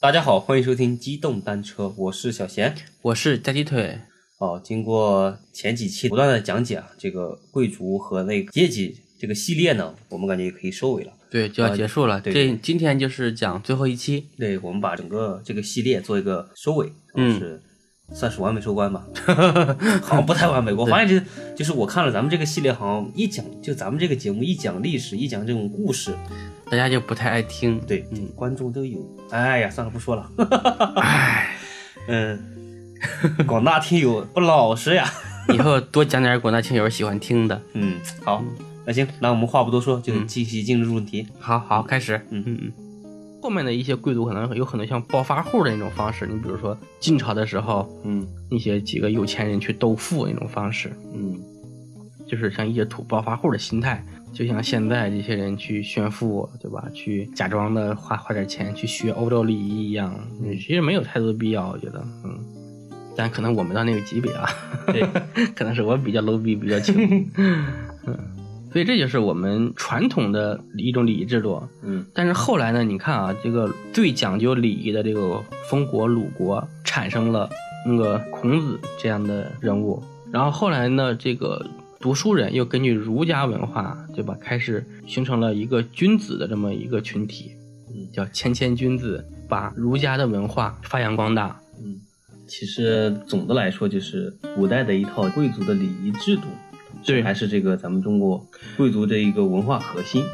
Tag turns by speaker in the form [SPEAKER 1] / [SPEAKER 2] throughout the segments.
[SPEAKER 1] 大家好，欢迎收听机动单车，我是小贤。
[SPEAKER 2] 我是大鸡腿，
[SPEAKER 1] 哦，经过前几期不断的讲解啊，这个贵族和那个阶级这个系列呢，我们感觉也可以收尾了。
[SPEAKER 2] 对，就要
[SPEAKER 1] 啊
[SPEAKER 2] 结束了。
[SPEAKER 1] 对
[SPEAKER 2] 这今天就是讲最后一期，
[SPEAKER 1] 对，我们把整个这个系列做一个收尾，哦
[SPEAKER 2] 嗯
[SPEAKER 1] 是算是完美收官吧， 好像不太完美。我发现这就是我看了咱们这个系列，好像一讲就咱们这个节目一讲历史，一讲这种故事，
[SPEAKER 2] 大家就不太爱听。
[SPEAKER 1] 对，这个观众都有。哎呀，算了，不说了。 嗯，广大听友不老实呀。
[SPEAKER 2] 以后多讲点广大听友喜欢听的。
[SPEAKER 1] 嗯，好，嗯那行，那我们话不多说，就继续进入问题。
[SPEAKER 2] 好好，开始。
[SPEAKER 1] 嗯
[SPEAKER 2] 嗯嗯。后面的一些贵族可能有很多像暴发户的那种方式，你比如说晋朝的时候，
[SPEAKER 1] 嗯
[SPEAKER 2] 那些几个有钱人去斗富那种方式，
[SPEAKER 1] 嗯
[SPEAKER 2] 就是像一些土暴发户的心态，就像现在这些人去炫富，对吧？去假装的花花点钱去学欧洲礼仪一样，
[SPEAKER 1] 嗯
[SPEAKER 2] 其实没有太多的必要，我觉得，嗯。但可能我们到那个级别啊，
[SPEAKER 1] 对，
[SPEAKER 2] 可能是我比较 low 逼，比较穷，嗯，所以这就是我们传统的一种礼仪制度。
[SPEAKER 1] 嗯
[SPEAKER 2] 但是后来呢，你看啊，这个最讲究礼仪的这个封国、鲁国，产生了那个孔子这样的人物。然后后来呢，这个读书人又根据儒家文化，对吧，开始形成了一个君子的这么一个群体，
[SPEAKER 1] 嗯
[SPEAKER 2] 叫谦谦君子，把儒家的文化发扬光大。
[SPEAKER 1] 嗯。其实总的来说，就是古代的一套贵族的礼仪制度，
[SPEAKER 2] 对
[SPEAKER 1] 还是这个咱们中国贵族的一个文化核心。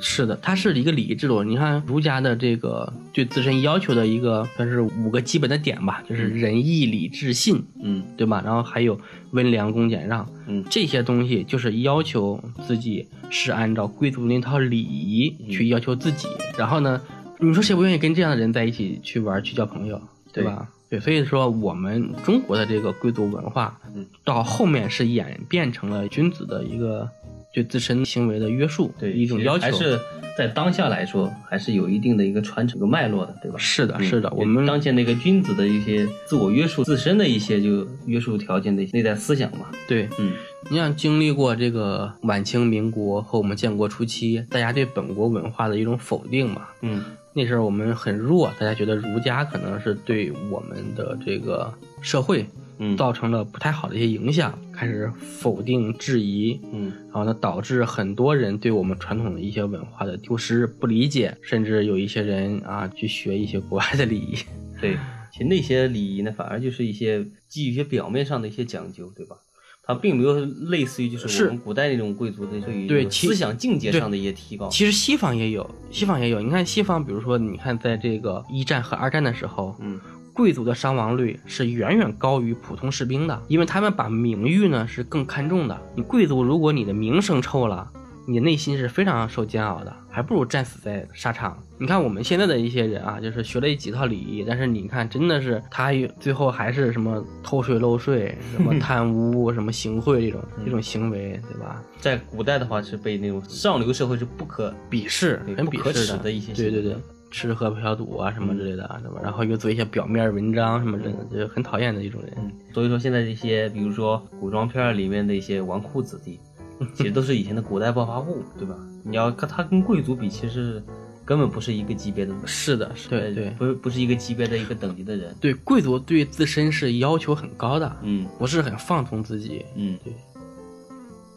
[SPEAKER 2] 是的，它是一个礼仪制度。你看儒家的这个对自身要求的一个，算是五个基本的点吧，就是仁义礼智信，
[SPEAKER 1] 嗯
[SPEAKER 2] 对吧？然后还有温良恭俭让，
[SPEAKER 1] 嗯
[SPEAKER 2] 这些东西就是要求自己是按照贵族那套礼仪去要求自己。然后呢，你说谁不愿意跟这样的人在一起去玩去交朋友，对吧？对，所以说我们中国的这个贵族文化
[SPEAKER 1] 嗯，
[SPEAKER 2] 到后面是演变成了君子的一个对自身行为的约束，
[SPEAKER 1] 对，
[SPEAKER 2] 一种
[SPEAKER 1] 其实
[SPEAKER 2] 要求。
[SPEAKER 1] 还是在当下来说，还是有一定的一个传承和脉络的，对吧？
[SPEAKER 2] 是的，
[SPEAKER 1] 嗯
[SPEAKER 2] 是的，
[SPEAKER 1] 对
[SPEAKER 2] 我们
[SPEAKER 1] 当前那个君子的一些自我约束、自身的一些就约束条件的内在思想嘛。
[SPEAKER 2] 对
[SPEAKER 1] 嗯
[SPEAKER 2] 你想经历过这个晚清、民国和我们建国初期，大家对本国文化的一种否定嘛。
[SPEAKER 1] 嗯
[SPEAKER 2] 那时候我们很弱，大家觉得儒家可能是对我们的这个社会
[SPEAKER 1] 嗯
[SPEAKER 2] 造成了不太好的一些影响，开始否定、质疑，
[SPEAKER 1] 嗯
[SPEAKER 2] 然后呢，导致很多人对我们传统的一些文化的丢失、不理解，甚至有一些人啊去学一些国外的礼仪。
[SPEAKER 1] 对，其实那些礼仪呢，反而就是一些基于一些表面上的一些讲究，对吧？它并没有类似于就是
[SPEAKER 2] 是
[SPEAKER 1] 我们古代那种贵族的对于
[SPEAKER 2] 对
[SPEAKER 1] 这个
[SPEAKER 2] 其
[SPEAKER 1] 思想境界上的一些提高。
[SPEAKER 2] 其实西方也有，西方也有。你看西方，比如说，你看在这个一战和二战的时候，
[SPEAKER 1] 嗯
[SPEAKER 2] 贵族的伤亡率是远远高于普通士兵的，因为他们把名誉呢是更看重的。你贵族，如果你的名声臭了，你内心是非常受煎熬的，还不如战死在沙场。你看我们现在的一些人啊，就是学了几套礼仪，但是你看真的是他有最后还是什么偷税 漏税、什么贪污、什么行贿这种
[SPEAKER 1] 嗯
[SPEAKER 2] 这种行为，对吧？
[SPEAKER 1] 在古代的话是被那种上流社会是不可
[SPEAKER 2] 鄙视
[SPEAKER 1] 对，
[SPEAKER 2] 很
[SPEAKER 1] 不
[SPEAKER 2] 鄙
[SPEAKER 1] 可
[SPEAKER 2] 视
[SPEAKER 1] 耻的一些
[SPEAKER 2] 对
[SPEAKER 1] 行为嗯
[SPEAKER 2] 对对，吃喝嫖赌啊什么之类的，对吧？然后又做一些表面文章什么之类的，就很讨厌的一种人。
[SPEAKER 1] 嗯所以说现在这些，比如说古装片儿里面的一些纨绔子弟，其实都是以前的古代暴发户，对吧？你要看他跟贵族比，其实根本不是一个级别的，
[SPEAKER 2] 是的，是
[SPEAKER 1] 呃
[SPEAKER 2] 对对
[SPEAKER 1] 不是不是一个级别的一个等级的人。
[SPEAKER 2] 对，贵族对自身是要求很高的，
[SPEAKER 1] 嗯
[SPEAKER 2] 不是很放纵自己。
[SPEAKER 1] 嗯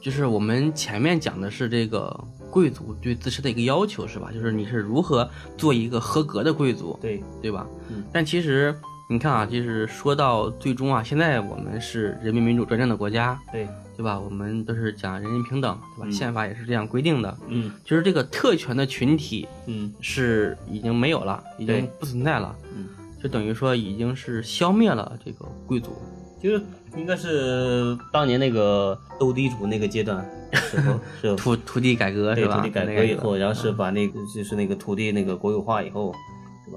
[SPEAKER 2] 就是我们前面讲的是这个贵族对自身的一个要求，是吧？就是你是如何做一个合格的贵族，
[SPEAKER 1] 对，
[SPEAKER 2] 对吧？
[SPEAKER 1] 嗯
[SPEAKER 2] 但其实你看啊，就是说到最终啊，现在我们是人民民主专政的国家，
[SPEAKER 1] 对，
[SPEAKER 2] 对吧？我们都是讲人人平等，对吧？
[SPEAKER 1] 嗯
[SPEAKER 2] 宪法也是这样规定的，
[SPEAKER 1] 嗯
[SPEAKER 2] 就是这个特权的群体
[SPEAKER 1] 嗯
[SPEAKER 2] 是已经没有了，已
[SPEAKER 1] 对
[SPEAKER 2] 经不存在了，
[SPEAKER 1] 嗯，
[SPEAKER 2] 就等于说已经是消灭了这个贵族。
[SPEAKER 1] 就是应该是当年那个斗地主那个阶段时候是。
[SPEAKER 2] 土土地改革
[SPEAKER 1] 嗯对
[SPEAKER 2] 是
[SPEAKER 1] 土
[SPEAKER 2] 吧？
[SPEAKER 1] 地改
[SPEAKER 2] 那
[SPEAKER 1] 革
[SPEAKER 2] 个
[SPEAKER 1] 以后，然后是把那个就是那个土地那个国有化以后，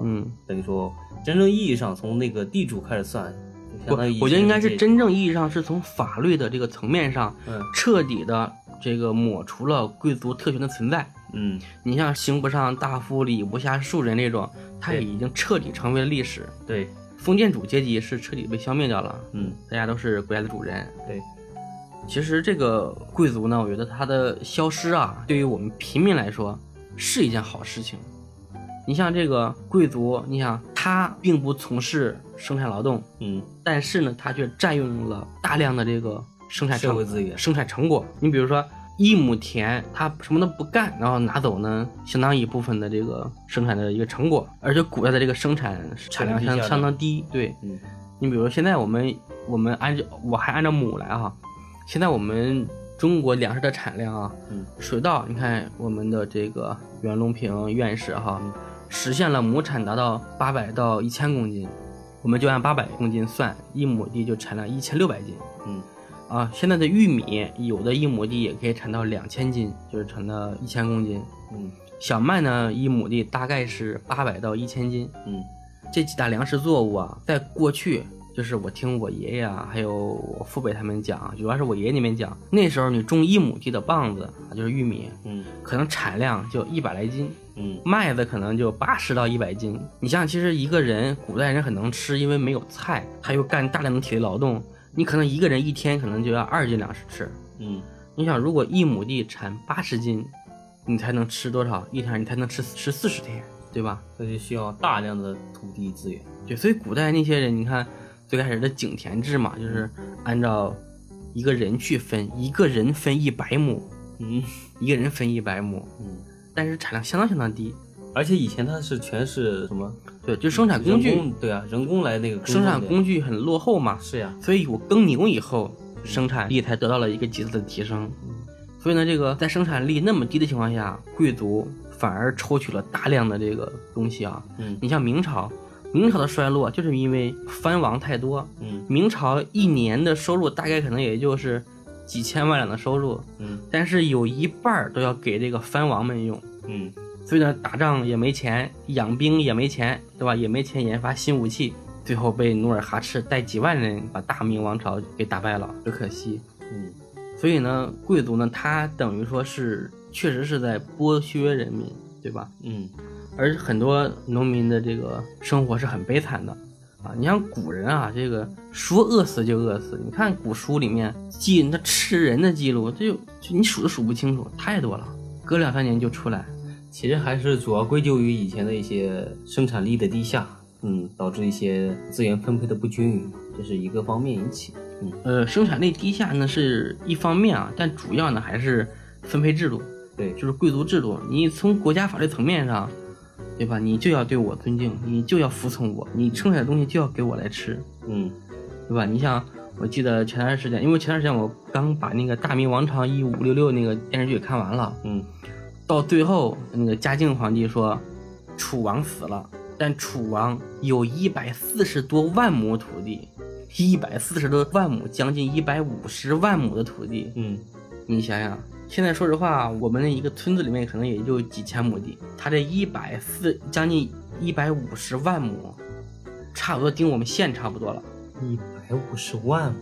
[SPEAKER 2] 嗯，
[SPEAKER 1] 等于说真正意义上从那个地主开始算，就相
[SPEAKER 2] 嗯我
[SPEAKER 1] 当于
[SPEAKER 2] 我觉得应该
[SPEAKER 1] 这
[SPEAKER 2] 是真正意义上是从法律的这个层面上
[SPEAKER 1] 嗯
[SPEAKER 2] 彻底的这个抹除了贵族特权的存在。
[SPEAKER 1] 嗯
[SPEAKER 2] 你像刑不上大夫，礼不下庶人这种，它
[SPEAKER 1] 对
[SPEAKER 2] 已经彻底成为了历史。
[SPEAKER 1] 对
[SPEAKER 2] 封建主阶级是彻底被消灭掉了，
[SPEAKER 1] 嗯
[SPEAKER 2] 大家都是国家的主人。
[SPEAKER 1] 对
[SPEAKER 2] 其实这个贵族呢，我觉得它的消失啊，对于我们平民来说是一件好事情。你像这个贵族，你想他他并不从事生产劳动，
[SPEAKER 1] 嗯，
[SPEAKER 2] 但是呢，他却占用了大量的这个生产
[SPEAKER 1] 社
[SPEAKER 2] 成
[SPEAKER 1] 会资源，
[SPEAKER 2] 生产成果。你比如说一亩田，他什么都不干，然后拿走呢相当一部分的这个生产的一个成果，而且古代的这个生产产量
[SPEAKER 1] 产量低下
[SPEAKER 2] 相
[SPEAKER 1] 降
[SPEAKER 2] 相当低。对
[SPEAKER 1] 嗯
[SPEAKER 2] 你，比如说现在我们我们按照我还按照亩来哈，现在我们中国粮食的产量啊，
[SPEAKER 1] 嗯，
[SPEAKER 2] 水稻，你看我们的这个袁隆平院士哈
[SPEAKER 1] 嗯，
[SPEAKER 2] 实现了亩产达到八百到一千公斤，我们就按八百公斤算，一亩地就产量一千六百斤。
[SPEAKER 1] 嗯，
[SPEAKER 2] 啊，现在的玉米有的一亩地也可以产到两千斤，就是产到一千公斤。
[SPEAKER 1] 嗯
[SPEAKER 2] 小麦呢，一亩地大概是八百到一千斤。
[SPEAKER 1] 嗯
[SPEAKER 2] 这几大粮食作物啊，在过去就是我听我爷爷啊，还有我父辈他们讲，主要是我爷爷那边讲，那时候你种一亩地的棒子，啊就是玉米，
[SPEAKER 1] 嗯
[SPEAKER 2] 可能产量就一百来斤，
[SPEAKER 1] 嗯
[SPEAKER 2] 麦子可能就八十到一百斤。你像，其实一个人，古代人很能吃，因为没有菜，他又干大量的体力劳动，你可能一个人一天可能就要二斤粮食吃。
[SPEAKER 1] 嗯
[SPEAKER 2] 你想，如果一亩地产八十斤，你才能吃多少？一天你才能吃吃四十天，对吧？
[SPEAKER 1] 那就需要大量的土地资源，
[SPEAKER 2] 对，所以古代那些人，你看最开始的井田制嘛，就是按照一个人去分，一个人分一百亩，
[SPEAKER 1] 嗯
[SPEAKER 2] 一个人分一百亩，
[SPEAKER 1] 嗯，
[SPEAKER 2] 但是产量相当相当低。
[SPEAKER 1] 而且以前它是全是什么
[SPEAKER 2] 对，就生产工具，
[SPEAKER 1] 人工对啊，人工来那个
[SPEAKER 2] 生产
[SPEAKER 1] 具
[SPEAKER 2] 工具很落后嘛，
[SPEAKER 1] 是呀，
[SPEAKER 2] 所以我耕牛以后，生产力才得到了一个极大的提升。所以呢，这个在生产力那么低的情况下，贵族反而抽取了大量的这个东西啊。
[SPEAKER 1] 嗯
[SPEAKER 2] 你像明朝，明朝的衰落就是因为藩王太多，
[SPEAKER 1] 嗯
[SPEAKER 2] 明朝一年的收入大概可能也就是几千万两的收入，
[SPEAKER 1] 嗯
[SPEAKER 2] 但是有一半儿都要给这个藩王们用。
[SPEAKER 1] 嗯
[SPEAKER 2] 所以呢，打仗也没钱，养兵也没钱，对吧？也没钱研发新武器，最后被努尔哈赤带几万人把大明王朝给打败了，很可惜。
[SPEAKER 1] 嗯
[SPEAKER 2] 所以呢，贵族呢，他等于说是确实是在剥削人民，对吧？
[SPEAKER 1] 嗯
[SPEAKER 2] 而很多农民的这个生活是很悲惨的啊！你像古人啊，这个说饿死就饿死，你看古书里面记那吃人的记录，这就就你数都数不清楚，太多了，隔两三年就出来。
[SPEAKER 1] 其实还是主要归咎于以前的一些生产力的低下，嗯，导致一些资源分配的不均匀，这是一个方面引起的。嗯，
[SPEAKER 2] 呃，生产力低下呢是一方面啊，但主要呢还是分配制度，
[SPEAKER 1] 对，
[SPEAKER 2] 就是贵族制度。你从国家法律层面上，对吧？你就要对我尊敬，你就要服从我，你剩下的东西就要给我来吃，
[SPEAKER 1] 嗯
[SPEAKER 2] 对吧？你像我记得前段时间，因为前段时间我刚把那个《大明王朝一五六六》那个电视剧看完了，
[SPEAKER 1] 嗯
[SPEAKER 2] 到最后那个嘉靖皇帝说，楚王死了，但楚王有一百四十多万亩土地，一百四十多万亩，将近一百五十万亩的土地，
[SPEAKER 1] 嗯
[SPEAKER 2] 你想想。现在说实话，我们那一个村子里面可能也就几千亩地，他这一百四将近一百五十万亩，差不多顶我们县差不多了。
[SPEAKER 1] 一百五十万，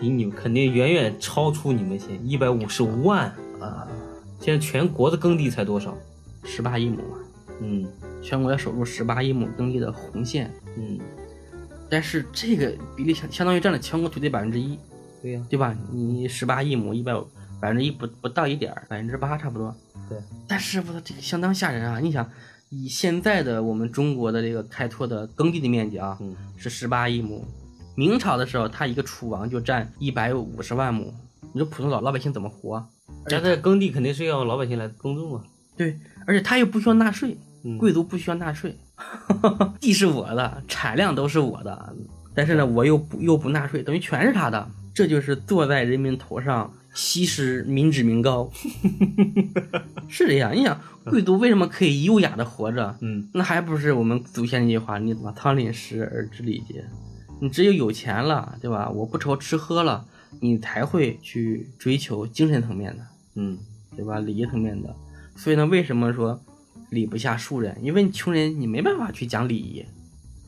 [SPEAKER 1] 比你们肯定远远超出你们县一百五十万啊！现在全国的耕地才多少？
[SPEAKER 2] 十八亿亩嘛，
[SPEAKER 1] 嗯
[SPEAKER 2] 全国要守住十八亿亩耕地的红线，
[SPEAKER 1] 嗯，
[SPEAKER 2] 但是这个比例相相当于占了全国土地百分之一，
[SPEAKER 1] 对呀、
[SPEAKER 2] 对吧？你十八亿亩，一百百分之一不不到一点儿，百分之八差不多。
[SPEAKER 1] 对，
[SPEAKER 2] 但是我操，这个相当吓人啊！你想，以现在的我们中国的这个开拓的耕地的面积啊，
[SPEAKER 1] 嗯
[SPEAKER 2] 是十八亿亩，明朝的时候，他一个楚王就占一百五十万亩，你说普通老老百姓怎么活啊？
[SPEAKER 1] 但这耕地肯定是要老百姓来耕种啊。
[SPEAKER 2] 对，而且他又不需要纳税，
[SPEAKER 1] 嗯，
[SPEAKER 2] 贵族不需要纳税， 地是我的，产量都是我的，但是呢，我又不又不纳税，等于全是他的，这就是坐在人民头上吸食民脂民膏， 是这样。你想，贵族为什么可以优雅的活着？
[SPEAKER 1] 嗯
[SPEAKER 2] 那还不是我们祖先那句话：“你怎么仓廪实而知礼节？”你只有有钱了，对吧？我不愁吃喝了，你才会去追求精神层面的。
[SPEAKER 1] 嗯
[SPEAKER 2] 对吧？礼仪层面的。所以呢，为什么说礼不下庶人？因为你穷人你没办法去讲礼仪。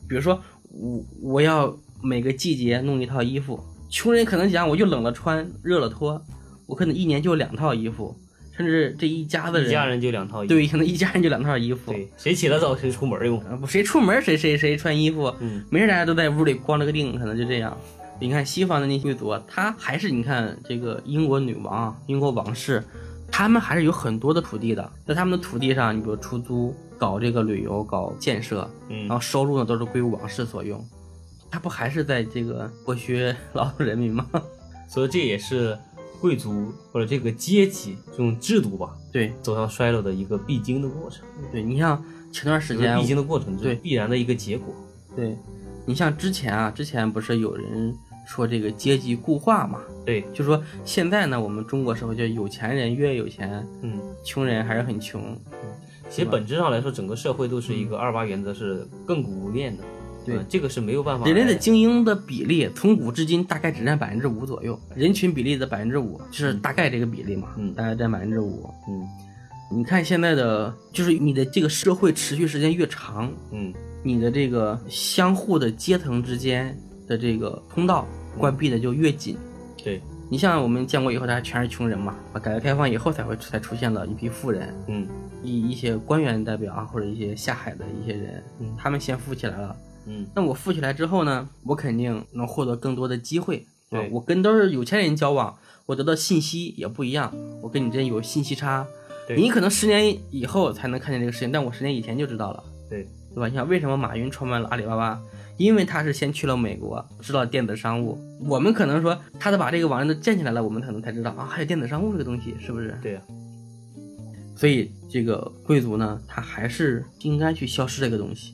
[SPEAKER 2] 比如说，我我要每个季节弄一套衣服，穷人可能讲我就冷了穿，热了脱，我可能一年就两套衣服，甚至这一家子
[SPEAKER 1] 一家人就两套衣服。
[SPEAKER 2] 对，可能一家人就两套衣服。
[SPEAKER 1] 对，谁起得早谁出门用。
[SPEAKER 2] 啊，不，谁出门谁谁谁穿衣服，
[SPEAKER 1] 嗯
[SPEAKER 2] 没事，大家都在屋里光着个腚，可能就这样。你看西方的那些贵族啊，他还是你看这个英国女王啊、英国王室，他们还是有很多的土地的，在他们的土地上，你比如出租、搞这个旅游、搞建设，
[SPEAKER 1] 嗯
[SPEAKER 2] 然后收入呢都是归王室所用，他不还是在这个剥削劳动人民吗？
[SPEAKER 1] 所以这也是贵族或者这个阶级这种制度吧，
[SPEAKER 2] 对
[SPEAKER 1] 走向衰落的一个必经的过程，
[SPEAKER 2] 对，你像前段时
[SPEAKER 1] 不是
[SPEAKER 2] 间
[SPEAKER 1] 必经的过程，
[SPEAKER 2] 对
[SPEAKER 1] 就是必然的一个结果。
[SPEAKER 2] 对，你像之前啊，之前不是有人说这个阶级固化嘛？
[SPEAKER 1] 对，
[SPEAKER 2] 就说现在呢，我们中国社会就有钱人越有钱，
[SPEAKER 1] 嗯，
[SPEAKER 2] 穷人还是很穷。
[SPEAKER 1] 其实本质上来说，整个社会都是一个二八原则是亘古不变的，
[SPEAKER 2] 嗯对
[SPEAKER 1] 嗯这个是没有办法来。
[SPEAKER 2] 人类的精英的比例从古至今大概只占百分之五左右，人群比例的百分之五，就是大概这个比例嘛，
[SPEAKER 1] 嗯
[SPEAKER 2] 大概占百分之五。
[SPEAKER 1] 嗯
[SPEAKER 2] 你看现在的，就是你的这个社会持续时间越长，
[SPEAKER 1] 嗯
[SPEAKER 2] 你的这个相互的阶层之间的这个通道关闭的就越紧。
[SPEAKER 1] 对，
[SPEAKER 2] 你像我们建国以后，大家全是穷人嘛，啊改革开放以后才会才出现了一批富人，
[SPEAKER 1] 嗯
[SPEAKER 2] 一一些官员代表啊，或者一些下海的一些人，
[SPEAKER 1] 嗯
[SPEAKER 2] 他们先富起来了。
[SPEAKER 1] 嗯
[SPEAKER 2] 那我富起来之后呢，我肯定能获得更多的机会。啊
[SPEAKER 1] 对
[SPEAKER 2] 我跟都是有钱人交往，我得到信息也不一样。我跟你之间有信息差，
[SPEAKER 1] 对
[SPEAKER 2] 你可能十年以后才能看见这个事情，但我十年以前就知道了，
[SPEAKER 1] 对
[SPEAKER 2] 对吧？你想为什么马云创办了阿里巴巴？因为他是先去了美国，知道电子商务。我们可能说他得把这个网站都建起来了，我们可能才知道啊，还有电子商务这个东西，是不是？
[SPEAKER 1] 对啊，
[SPEAKER 2] 所以这个贵族呢，他还是应该去消失这个东西。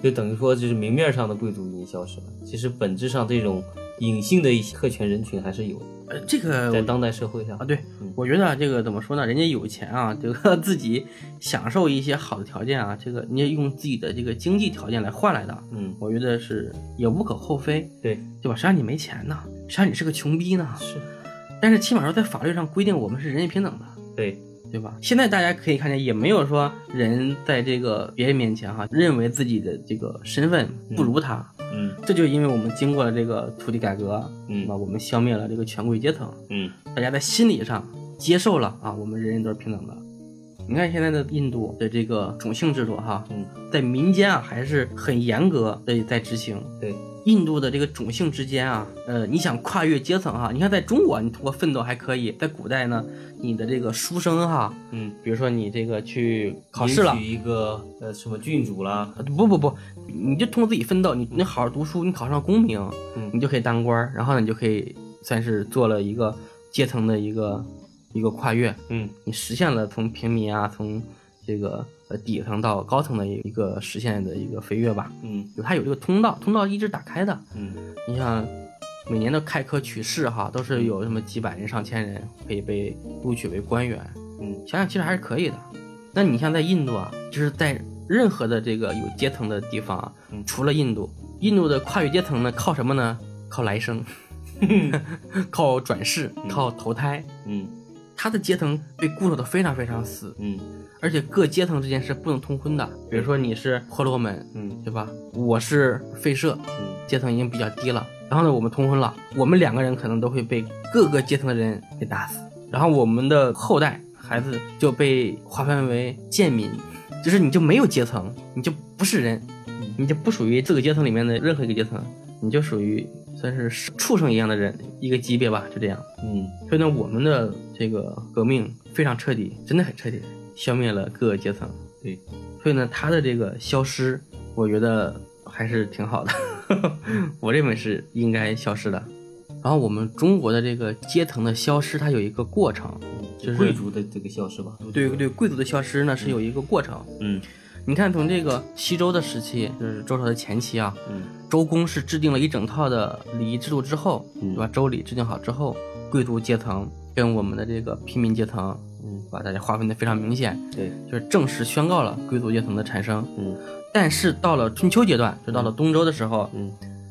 [SPEAKER 1] 就等于说，就是明面上的贵族已经消失了，其实本质上这种隐性的一些特权人群还是有的，
[SPEAKER 2] 呃，这个
[SPEAKER 1] 在当代社会上
[SPEAKER 2] 啊，，对
[SPEAKER 1] 嗯，
[SPEAKER 2] 我觉得啊这个怎么说呢？人家有钱啊，这个 自己享受一些好的条件啊，这个你也用自己的这个经济条件来换来的，
[SPEAKER 1] 嗯，
[SPEAKER 2] 我觉得是也无可厚非，
[SPEAKER 1] 对，
[SPEAKER 2] 对吧？谁让你没钱呢？谁让你是个穷逼呢？
[SPEAKER 1] 是，
[SPEAKER 2] 但是起码说在法律上规定我们是人人平等的，
[SPEAKER 1] 对，
[SPEAKER 2] 对吧？现在大家可以看见，也没有说人在这个别人面前哈、认为自己的这个身份不如他，
[SPEAKER 1] 嗯
[SPEAKER 2] 这就是因为我们经过了这个土地改革，啊
[SPEAKER 1] 嗯
[SPEAKER 2] 那我们消灭了这个权贵阶层，
[SPEAKER 1] 嗯
[SPEAKER 2] 大家在心理上接受了啊，我们人人都是平等的。你看现在的印度的这个种姓制度哈，
[SPEAKER 1] 嗯，
[SPEAKER 2] 在民间啊还是很严格的在执行。
[SPEAKER 1] 对，
[SPEAKER 2] 印度的这个种姓之间啊，呃，你想跨越阶层哈，你看在中国你通过奋斗还可以，在古代呢，你的这个书生哈，
[SPEAKER 1] 嗯，
[SPEAKER 2] 比如说你这个去考试了呃
[SPEAKER 1] 迎娶，一个呃什么郡主啦，
[SPEAKER 2] 不不不，你就通过自己奋斗，你你好好读书，你考上功名，
[SPEAKER 1] 嗯
[SPEAKER 2] 你就可以当官儿，然后呢，你就可以算是做了一个阶层的一个一个跨越，
[SPEAKER 1] 嗯
[SPEAKER 2] 你实现了从平民啊，从这个呃底层到高层的一个实现的一个飞跃吧。
[SPEAKER 1] 嗯
[SPEAKER 2] 有它有这个通道，通道一直打开的。
[SPEAKER 1] 嗯，
[SPEAKER 2] 你像每年的开科取士哈，都是有什么几百人、上千人可以被录取为官员。
[SPEAKER 1] 嗯，
[SPEAKER 2] 想想其实还是可以的。那你像在印度啊，就是在任何的这个有阶层的地方啊
[SPEAKER 1] 嗯，
[SPEAKER 2] 除了印度，印度的跨越阶层呢，靠什么呢？靠来生， 靠转世，靠投胎。
[SPEAKER 1] 嗯
[SPEAKER 2] 它的阶层被固守的非常非常死，
[SPEAKER 1] 嗯
[SPEAKER 2] 而且各阶层之间是不能通婚的。比如说你是婆罗门，
[SPEAKER 1] 嗯
[SPEAKER 2] 对吧？我是吠舍，
[SPEAKER 1] 嗯，
[SPEAKER 2] 阶层已经比较低了。然后呢，我们通婚了，我们两个人可能都会被各个阶层的人给打死，然后我们的后代孩子就被划分为贱民，就是你就没有阶层，你就不是人，你就不属于这个阶层里面的任何一个阶层，你就属于算是畜生一样的人一个级别吧，就这样。
[SPEAKER 1] 嗯，
[SPEAKER 2] 所以呢，我们的这个革命非常彻底，真的很彻底，消灭了各个阶层。
[SPEAKER 1] 对，
[SPEAKER 2] 所以呢，它的这个消失，我觉得还是挺好的， 我认为是应该消失的。然后我们中国的这个阶层的消失，它有一个过程，就是
[SPEAKER 1] 贵族的这个消失吧，
[SPEAKER 2] 对对贵族的消失呢是有一个过程。
[SPEAKER 1] 嗯
[SPEAKER 2] 你看，从这个西周的时期，就是周朝的前期啊，
[SPEAKER 1] 嗯
[SPEAKER 2] 周公是制定了一整套的礼仪制度之后，
[SPEAKER 1] 嗯
[SPEAKER 2] 对吧？周礼制定好之后，贵族阶层跟我们的这个平民阶层，
[SPEAKER 1] 嗯，
[SPEAKER 2] 把大家划分的非常明显，
[SPEAKER 1] 对，
[SPEAKER 2] 就是正式宣告了贵族阶层的产生。
[SPEAKER 1] 嗯
[SPEAKER 2] 但是到了春秋阶段，就到了东周的时候，
[SPEAKER 1] 嗯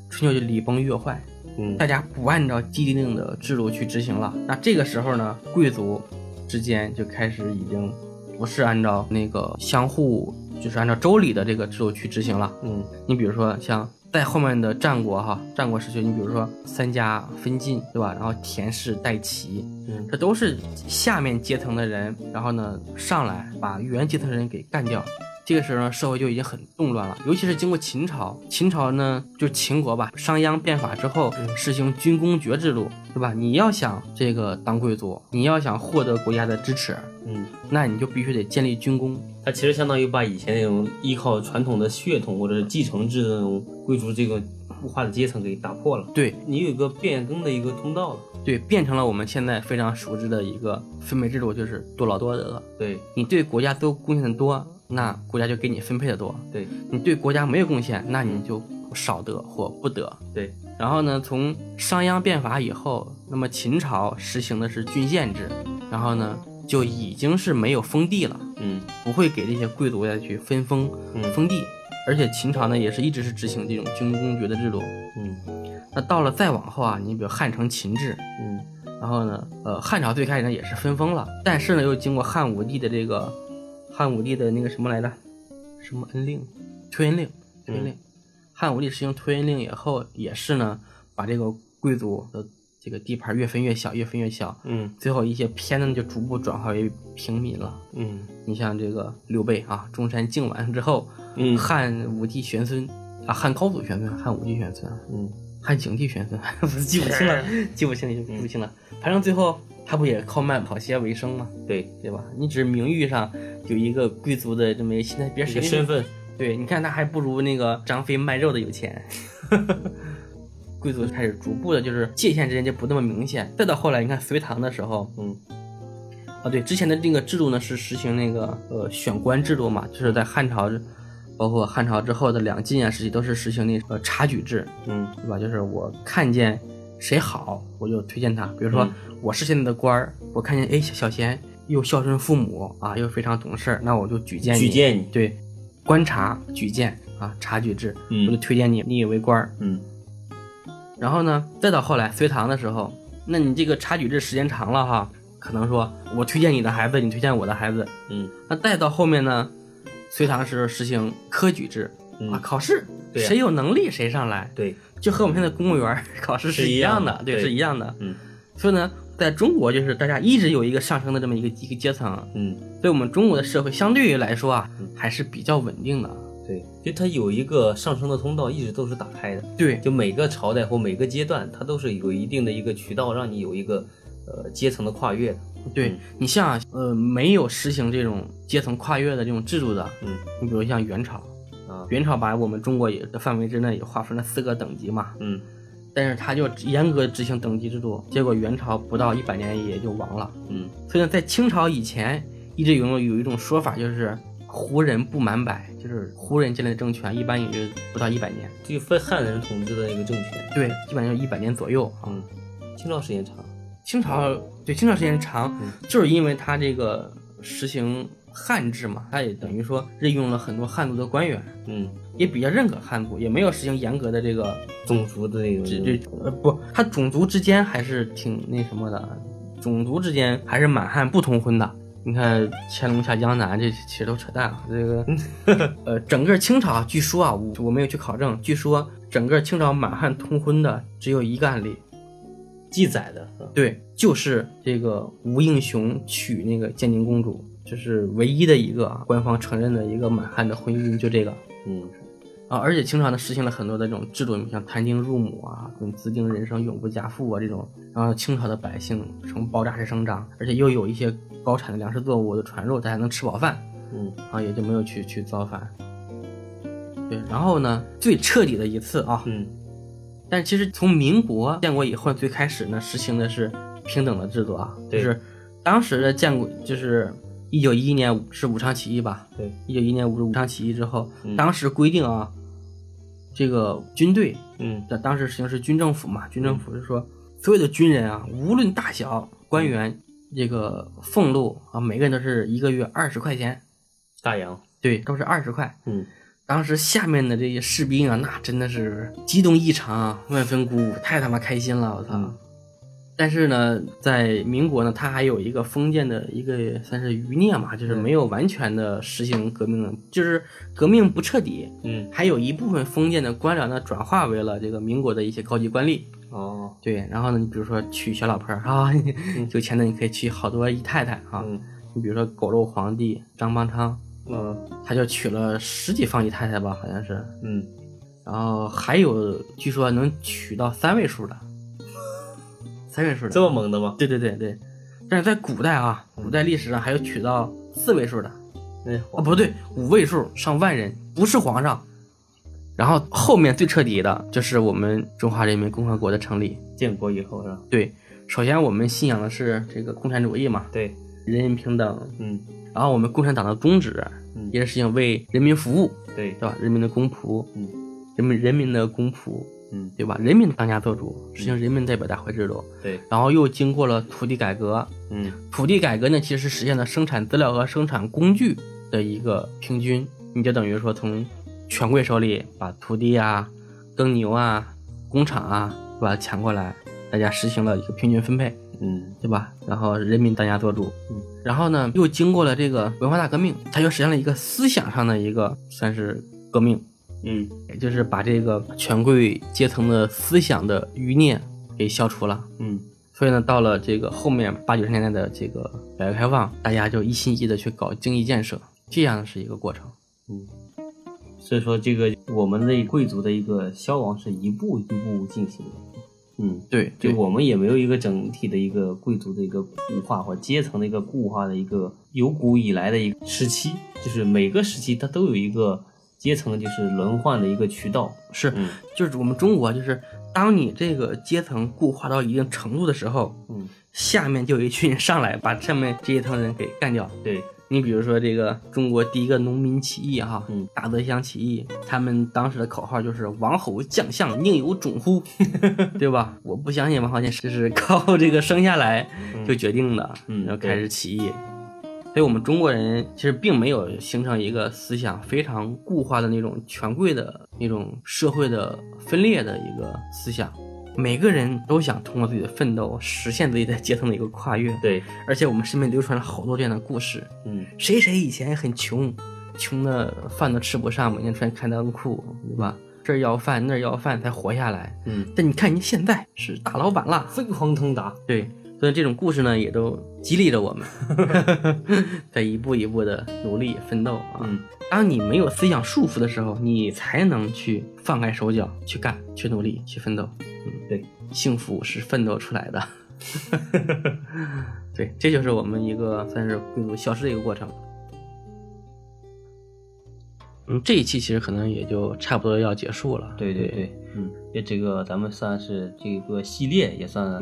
[SPEAKER 2] 春秋就礼崩乐坏，
[SPEAKER 1] 嗯
[SPEAKER 2] 大家不按照既定的制度去执行了。那这个时候呢，贵族之间就开始已经不是按照那个相互，就是按照周礼的这个制度去执行了。
[SPEAKER 1] 嗯
[SPEAKER 2] 你比如说像在后面的战国哈，战国时期，你比如说三家分晋，对吧？然后田氏代齐，
[SPEAKER 1] 嗯
[SPEAKER 2] 这都是下面阶层的人，然后呢上来把原阶层的人给干掉，这个时候呢社会就已经很动乱了，尤其是经过秦朝，秦朝呢就秦国吧，商鞅变法之后
[SPEAKER 1] 嗯
[SPEAKER 2] 实行军功爵制度，对吧？你要想这个当贵族，你要想获得国家的支持，
[SPEAKER 1] 嗯，
[SPEAKER 2] 那你就必须得建立军功。
[SPEAKER 1] 它其实相当于把以前那种依靠传统的血统或者是继承制的那种贵族这个固化的阶层给打破了，
[SPEAKER 2] 对
[SPEAKER 1] 你有一个变更的一个通道了。
[SPEAKER 2] 对，变成了我们现在非常熟知的一个分配制度，就是多劳多得了。
[SPEAKER 1] 对
[SPEAKER 2] 你对国家都贡献的多，那国家就给你分配的多；
[SPEAKER 1] 对
[SPEAKER 2] 你对国家没有贡献，那你就少得或不得。
[SPEAKER 1] 对，
[SPEAKER 2] 然后呢，从商鞅变法以后，那么秦朝实行的是郡县制，然后呢就已经是没有封地了，
[SPEAKER 1] 嗯
[SPEAKER 2] 不会给这些贵族再去分封
[SPEAKER 1] 嗯
[SPEAKER 2] 封地，而且秦朝呢也是一直是执行这种军功爵的制度。
[SPEAKER 1] 嗯
[SPEAKER 2] 那到了再往后啊，你比如汉承秦制，
[SPEAKER 1] 嗯
[SPEAKER 2] 然后呢，呃，汉朝最开始呢也是分封了，但是呢，又经过汉武帝的这个，汉武帝的那个什么来着，什么恩令，推恩令，推恩令，汉武帝实行推恩令以后，也是呢，把这个贵族的这个地盘越分越小，越分越小，
[SPEAKER 1] 嗯
[SPEAKER 2] 最后一些偏呢就逐步转化为平民了。
[SPEAKER 1] 嗯
[SPEAKER 2] 你像这个刘备啊，中山靖王之后，
[SPEAKER 1] 嗯
[SPEAKER 2] 汉武帝玄孙啊，汉高祖玄孙，汉武帝玄孙啊，
[SPEAKER 1] 嗯
[SPEAKER 2] 汉景帝玄孙，我记 不清了， 记不清了，记不清了。反正最后他不也靠卖跑鞋为生吗？
[SPEAKER 1] 对，
[SPEAKER 2] 对吧？你只是名誉上有一个贵族的这么一个现在别
[SPEAKER 1] 这个
[SPEAKER 2] 谁
[SPEAKER 1] 身份，
[SPEAKER 2] 对，你看他还不如那个张飞卖肉的有 钱。贵族开始逐步的，就是界限之间就不那么明显。再到后来，你看隋唐的时候，
[SPEAKER 1] 嗯
[SPEAKER 2] 啊，对，之前的这个制度呢是实行那个呃选官制度嘛，就是在汉朝，包括汉朝之后的两晋啊时期都是实行那个呃察举制，
[SPEAKER 1] 嗯
[SPEAKER 2] 对吧？就是我看见谁好，我就推荐他。比如说，
[SPEAKER 1] 嗯
[SPEAKER 2] 我是现在的官儿，我看见哎小小贤又孝顺父母啊，又非常懂事儿，那我就举荐你。
[SPEAKER 1] 举荐你，
[SPEAKER 2] 对，观察举荐啊，察举制，
[SPEAKER 1] 嗯
[SPEAKER 2] 我就推荐你，你也为官儿。
[SPEAKER 1] 嗯
[SPEAKER 2] 然后呢，再到后来隋唐的时候，那你这个察举制时间长了哈，可能说我推荐你的孩子，你推荐我的孩子。
[SPEAKER 1] 嗯
[SPEAKER 2] 那再到后面呢，隋唐时候实行科举制、啊，
[SPEAKER 1] 嗯，
[SPEAKER 2] 考试，
[SPEAKER 1] 对啊
[SPEAKER 2] 谁有能力谁上来。
[SPEAKER 1] 对，
[SPEAKER 2] 就和我们现在公务员儿 考试
[SPEAKER 1] 是
[SPEAKER 2] 是
[SPEAKER 1] 一
[SPEAKER 2] 一
[SPEAKER 1] 样
[SPEAKER 2] 样
[SPEAKER 1] 的
[SPEAKER 2] 的，对，
[SPEAKER 1] 对
[SPEAKER 2] 是一样的。
[SPEAKER 1] 嗯
[SPEAKER 2] 所以呢，在中国就是大家一直有一个上升的这么一个一个阶层，
[SPEAKER 1] 嗯
[SPEAKER 2] 所以我们中国的社会相对于来说啊
[SPEAKER 1] 嗯，
[SPEAKER 2] 还是比较稳定的。
[SPEAKER 1] 对，就它有一个上升的通道，一直都是打开的。
[SPEAKER 2] 对，
[SPEAKER 1] 就每个朝代或每个阶段，它都是有一定的一个渠道，让你有一个呃阶层的跨越的。
[SPEAKER 2] 对
[SPEAKER 1] 嗯
[SPEAKER 2] 你像啊呃没有实行这种阶层跨越的这种制度的，
[SPEAKER 1] 嗯
[SPEAKER 2] 你比如像元朝，
[SPEAKER 1] 啊
[SPEAKER 2] 元朝把我们中国也的范围之内也划分了四个等级嘛，
[SPEAKER 1] 嗯
[SPEAKER 2] 但是它就严格执行等级制度，结果元朝不到一百年也就亡了。
[SPEAKER 1] 嗯
[SPEAKER 2] 所以呢，在清朝以前，一直有一种有一种说法，就是胡人不满百，就是胡人建立的政权一般也就不到一百年，
[SPEAKER 1] 这个非汉人统治的一个政权，
[SPEAKER 2] 对，基本上就一百年左右啊。
[SPEAKER 1] 嗯，清朝时间长，
[SPEAKER 2] 清朝对清朝时间长
[SPEAKER 1] 嗯，
[SPEAKER 2] 就是因为它这个实行汉制嘛，它也等于说任用了很多汉族的官员，
[SPEAKER 1] 嗯，
[SPEAKER 2] 也比较认可汉族，也没有实行严格的这个
[SPEAKER 1] 种族的那种，
[SPEAKER 2] 这这呃不，它种族之间还是挺那什么的，种族之间还是满汉不通婚的。你看乾隆下江南，这其实都扯淡啊。这个呃，整个清朝据说啊，我我没有去考证，据说整个清朝满汉通婚的只有一个案例，
[SPEAKER 1] 记载的，啊
[SPEAKER 2] 对，就是这个吴应熊娶那个建宁公主，这、是唯一的一个啊官方承认的一个满汉的婚姻，就这个。
[SPEAKER 1] 嗯
[SPEAKER 2] 啊，而且清朝呢实行了很多的这种制度，你像摊丁入亩啊，跟资丁人生永不加赋啊这种，然后清朝的百姓呈爆炸式生长，而且又有一些高产的粮食作物的传入，大家能吃饱饭
[SPEAKER 1] 嗯
[SPEAKER 2] 啊，也就没有去去造反。对，然后呢，最彻底的一次啊，
[SPEAKER 1] 嗯
[SPEAKER 2] 但其实从民国建国以后，最开始呢实行的是平等的制度啊，就
[SPEAKER 1] 对
[SPEAKER 2] 是当时的建国就是一九一一年是武昌起义吧，
[SPEAKER 1] 对，
[SPEAKER 2] 一九一一年武武昌起义之后，
[SPEAKER 1] 嗯
[SPEAKER 2] 当时规定啊，这个军队
[SPEAKER 1] 嗯
[SPEAKER 2] 在当时实行是军政府嘛，军政府是说所有的军人啊，无论大小，
[SPEAKER 1] 嗯
[SPEAKER 2] 官员这个俸禄啊，每个人都是一个月二十块钱，
[SPEAKER 1] 大洋，
[SPEAKER 2] 对，都是二十块。
[SPEAKER 1] 嗯
[SPEAKER 2] 当时下面的这些士兵啊，那真的是激动异常啊，万分鼓舞，太他妈开心了，我操！
[SPEAKER 1] 嗯
[SPEAKER 2] 但是呢，在民国呢，它还有一个封建的一个算是余孽嘛，就是
[SPEAKER 1] 嗯
[SPEAKER 2] 没有完全的实行革命的，就是革命不彻底，
[SPEAKER 1] 嗯
[SPEAKER 2] 还有一部分封建的官僚呢，转化为了这个民国的一些高级官吏。
[SPEAKER 1] 哦
[SPEAKER 2] 对，然后呢，你比如说娶小老婆儿啊， 有钱的你可以娶好多姨太太啊，
[SPEAKER 1] 嗯
[SPEAKER 2] 你比如说狗肉皇帝张邦昌，
[SPEAKER 1] 嗯
[SPEAKER 2] 他就娶了十几房姨太太吧，好像是，
[SPEAKER 1] 嗯，
[SPEAKER 2] 然后还有据说能娶到三位数的，三位数的，
[SPEAKER 1] 这么猛的吗？
[SPEAKER 2] 对对对对，但是在古代啊，古代历史上还有娶到四位数的啊，
[SPEAKER 1] 那皇
[SPEAKER 2] 不对，五位数上万人，不是皇上。然后后面最彻底的就是我们中华人民共和国的成立。
[SPEAKER 1] 建国以后是吧？
[SPEAKER 2] 对，首先我们信仰的是这个共产主义嘛，
[SPEAKER 1] 对，
[SPEAKER 2] 人人平等。
[SPEAKER 1] 嗯
[SPEAKER 2] 然后我们共产党的宗旨
[SPEAKER 1] 嗯，
[SPEAKER 2] 也是想为人民服务，
[SPEAKER 1] 对
[SPEAKER 2] 对，吧？人民的公仆，
[SPEAKER 1] 嗯
[SPEAKER 2] 人民人民的公仆，
[SPEAKER 1] 嗯
[SPEAKER 2] 对吧？人民当家作主，实行人民代表大会制度。
[SPEAKER 1] 对，
[SPEAKER 2] 然后又经过了土地改革，
[SPEAKER 1] 嗯
[SPEAKER 2] 土地改革呢，其实实现了生产资料和生产工具的一个平均，你就等于说从权贵手里把土地啊、耕牛啊、工厂啊，对吧，抢过来，大家实行了一个平均分配，
[SPEAKER 1] 嗯
[SPEAKER 2] 对吧？然后人民当家作主，
[SPEAKER 1] 嗯
[SPEAKER 2] 然后呢，又经过了这个文化大革命，它又实现了一个思想上的一个算是革命，
[SPEAKER 1] 嗯
[SPEAKER 2] 也就是把这个权贵阶层的思想的余孽给消除了。
[SPEAKER 1] 嗯
[SPEAKER 2] 所以呢，到了这个后面八九十年代的这个改革开放，大家就一心一意的去搞经济建设，这样是一个过程。
[SPEAKER 1] 嗯。所以说，这个我们的贵族的一个消亡是一步一步进行的。嗯，
[SPEAKER 2] 对，
[SPEAKER 1] 就我们也没有一个整体的一个贵族的一个固化或阶层的一个固化的一个有古以来的一个时期，就是每个时期它都有一个阶层就是轮换的一个渠道。
[SPEAKER 2] 是，
[SPEAKER 1] 嗯
[SPEAKER 2] 就是我们中国，啊就是当你这个阶层固化到一定程度的时候，
[SPEAKER 1] 嗯，
[SPEAKER 2] 下面就有一群人上来把上面这一层人给干掉。
[SPEAKER 1] 对，
[SPEAKER 2] 你比如说这个中国第一个农民起义哈、
[SPEAKER 1] 嗯
[SPEAKER 2] 大泽乡起义，他们当时的口号就是“王侯将相宁有种乎”， 对吧？我不相信王侯将相是靠这个生下来就决定的，
[SPEAKER 1] 嗯
[SPEAKER 2] 然后开始起义。所以，我们中国人其实并没有形成一个思想非常固化的那种权贵的那种社会的分裂的一个思想。每个人都想通过自己的奋斗实现自己在阶层的一个跨越，
[SPEAKER 1] 对，
[SPEAKER 2] 而且我们身边流传了好多这样的故事，
[SPEAKER 1] 嗯
[SPEAKER 2] 谁谁以前很穷，穷的饭都吃不上，每天穿开裆裤，对吧？这儿要饭那儿要饭才活下来。
[SPEAKER 1] 嗯，
[SPEAKER 2] 但你看你现在是大老板啦，
[SPEAKER 1] 飞黄腾达。
[SPEAKER 2] 对，所以这种故事呢，也都激励着我们， 在一步一步的努力奋斗啊。
[SPEAKER 1] 嗯
[SPEAKER 2] 当你没有思想束缚的时候，你才能去放开手脚，去干，去努力，去奋斗。嗯，
[SPEAKER 1] 对，
[SPEAKER 2] 幸福是奋斗出来的。 对，这就是我们一个算是贵族消失的一个过程。嗯，这一期其实可能也就差不多要结束了。
[SPEAKER 1] 对对对，嗯，这这个咱们算是这个系列也 算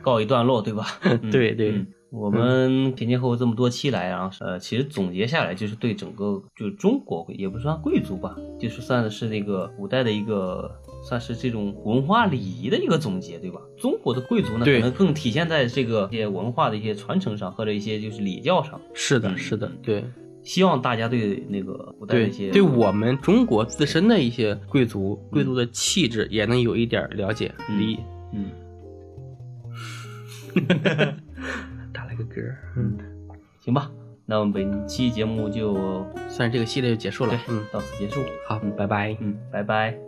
[SPEAKER 1] 告一段落，对吧？嗯
[SPEAKER 2] 对对
[SPEAKER 1] 嗯我们前前后后这么多期来，然后呃，其实总结下来就是对整个就是中国也不算贵族吧，就是算的是那个古代的一个算是这种文化礼仪的一个总结，对吧？中国的贵族呢，可
[SPEAKER 2] 对
[SPEAKER 1] 能更体现在这个一些文化的一些传承上，或者一些就是礼教上。
[SPEAKER 2] 是的，
[SPEAKER 1] 嗯
[SPEAKER 2] 是的，对。
[SPEAKER 1] 希望大家对那个古代的
[SPEAKER 2] 对
[SPEAKER 1] 一些，
[SPEAKER 2] 对我们中国自身的一些贵族、贵族的气质也能有一点了解。
[SPEAKER 1] 嗯
[SPEAKER 2] 理
[SPEAKER 1] 嗯
[SPEAKER 2] 打了个嗝儿，
[SPEAKER 1] 嗯，行吧，那我们本期节目就
[SPEAKER 2] 算是这个系列就结束了
[SPEAKER 1] 对。
[SPEAKER 2] 嗯，
[SPEAKER 1] 到此结束。
[SPEAKER 2] 好，拜拜。
[SPEAKER 1] 嗯，拜拜。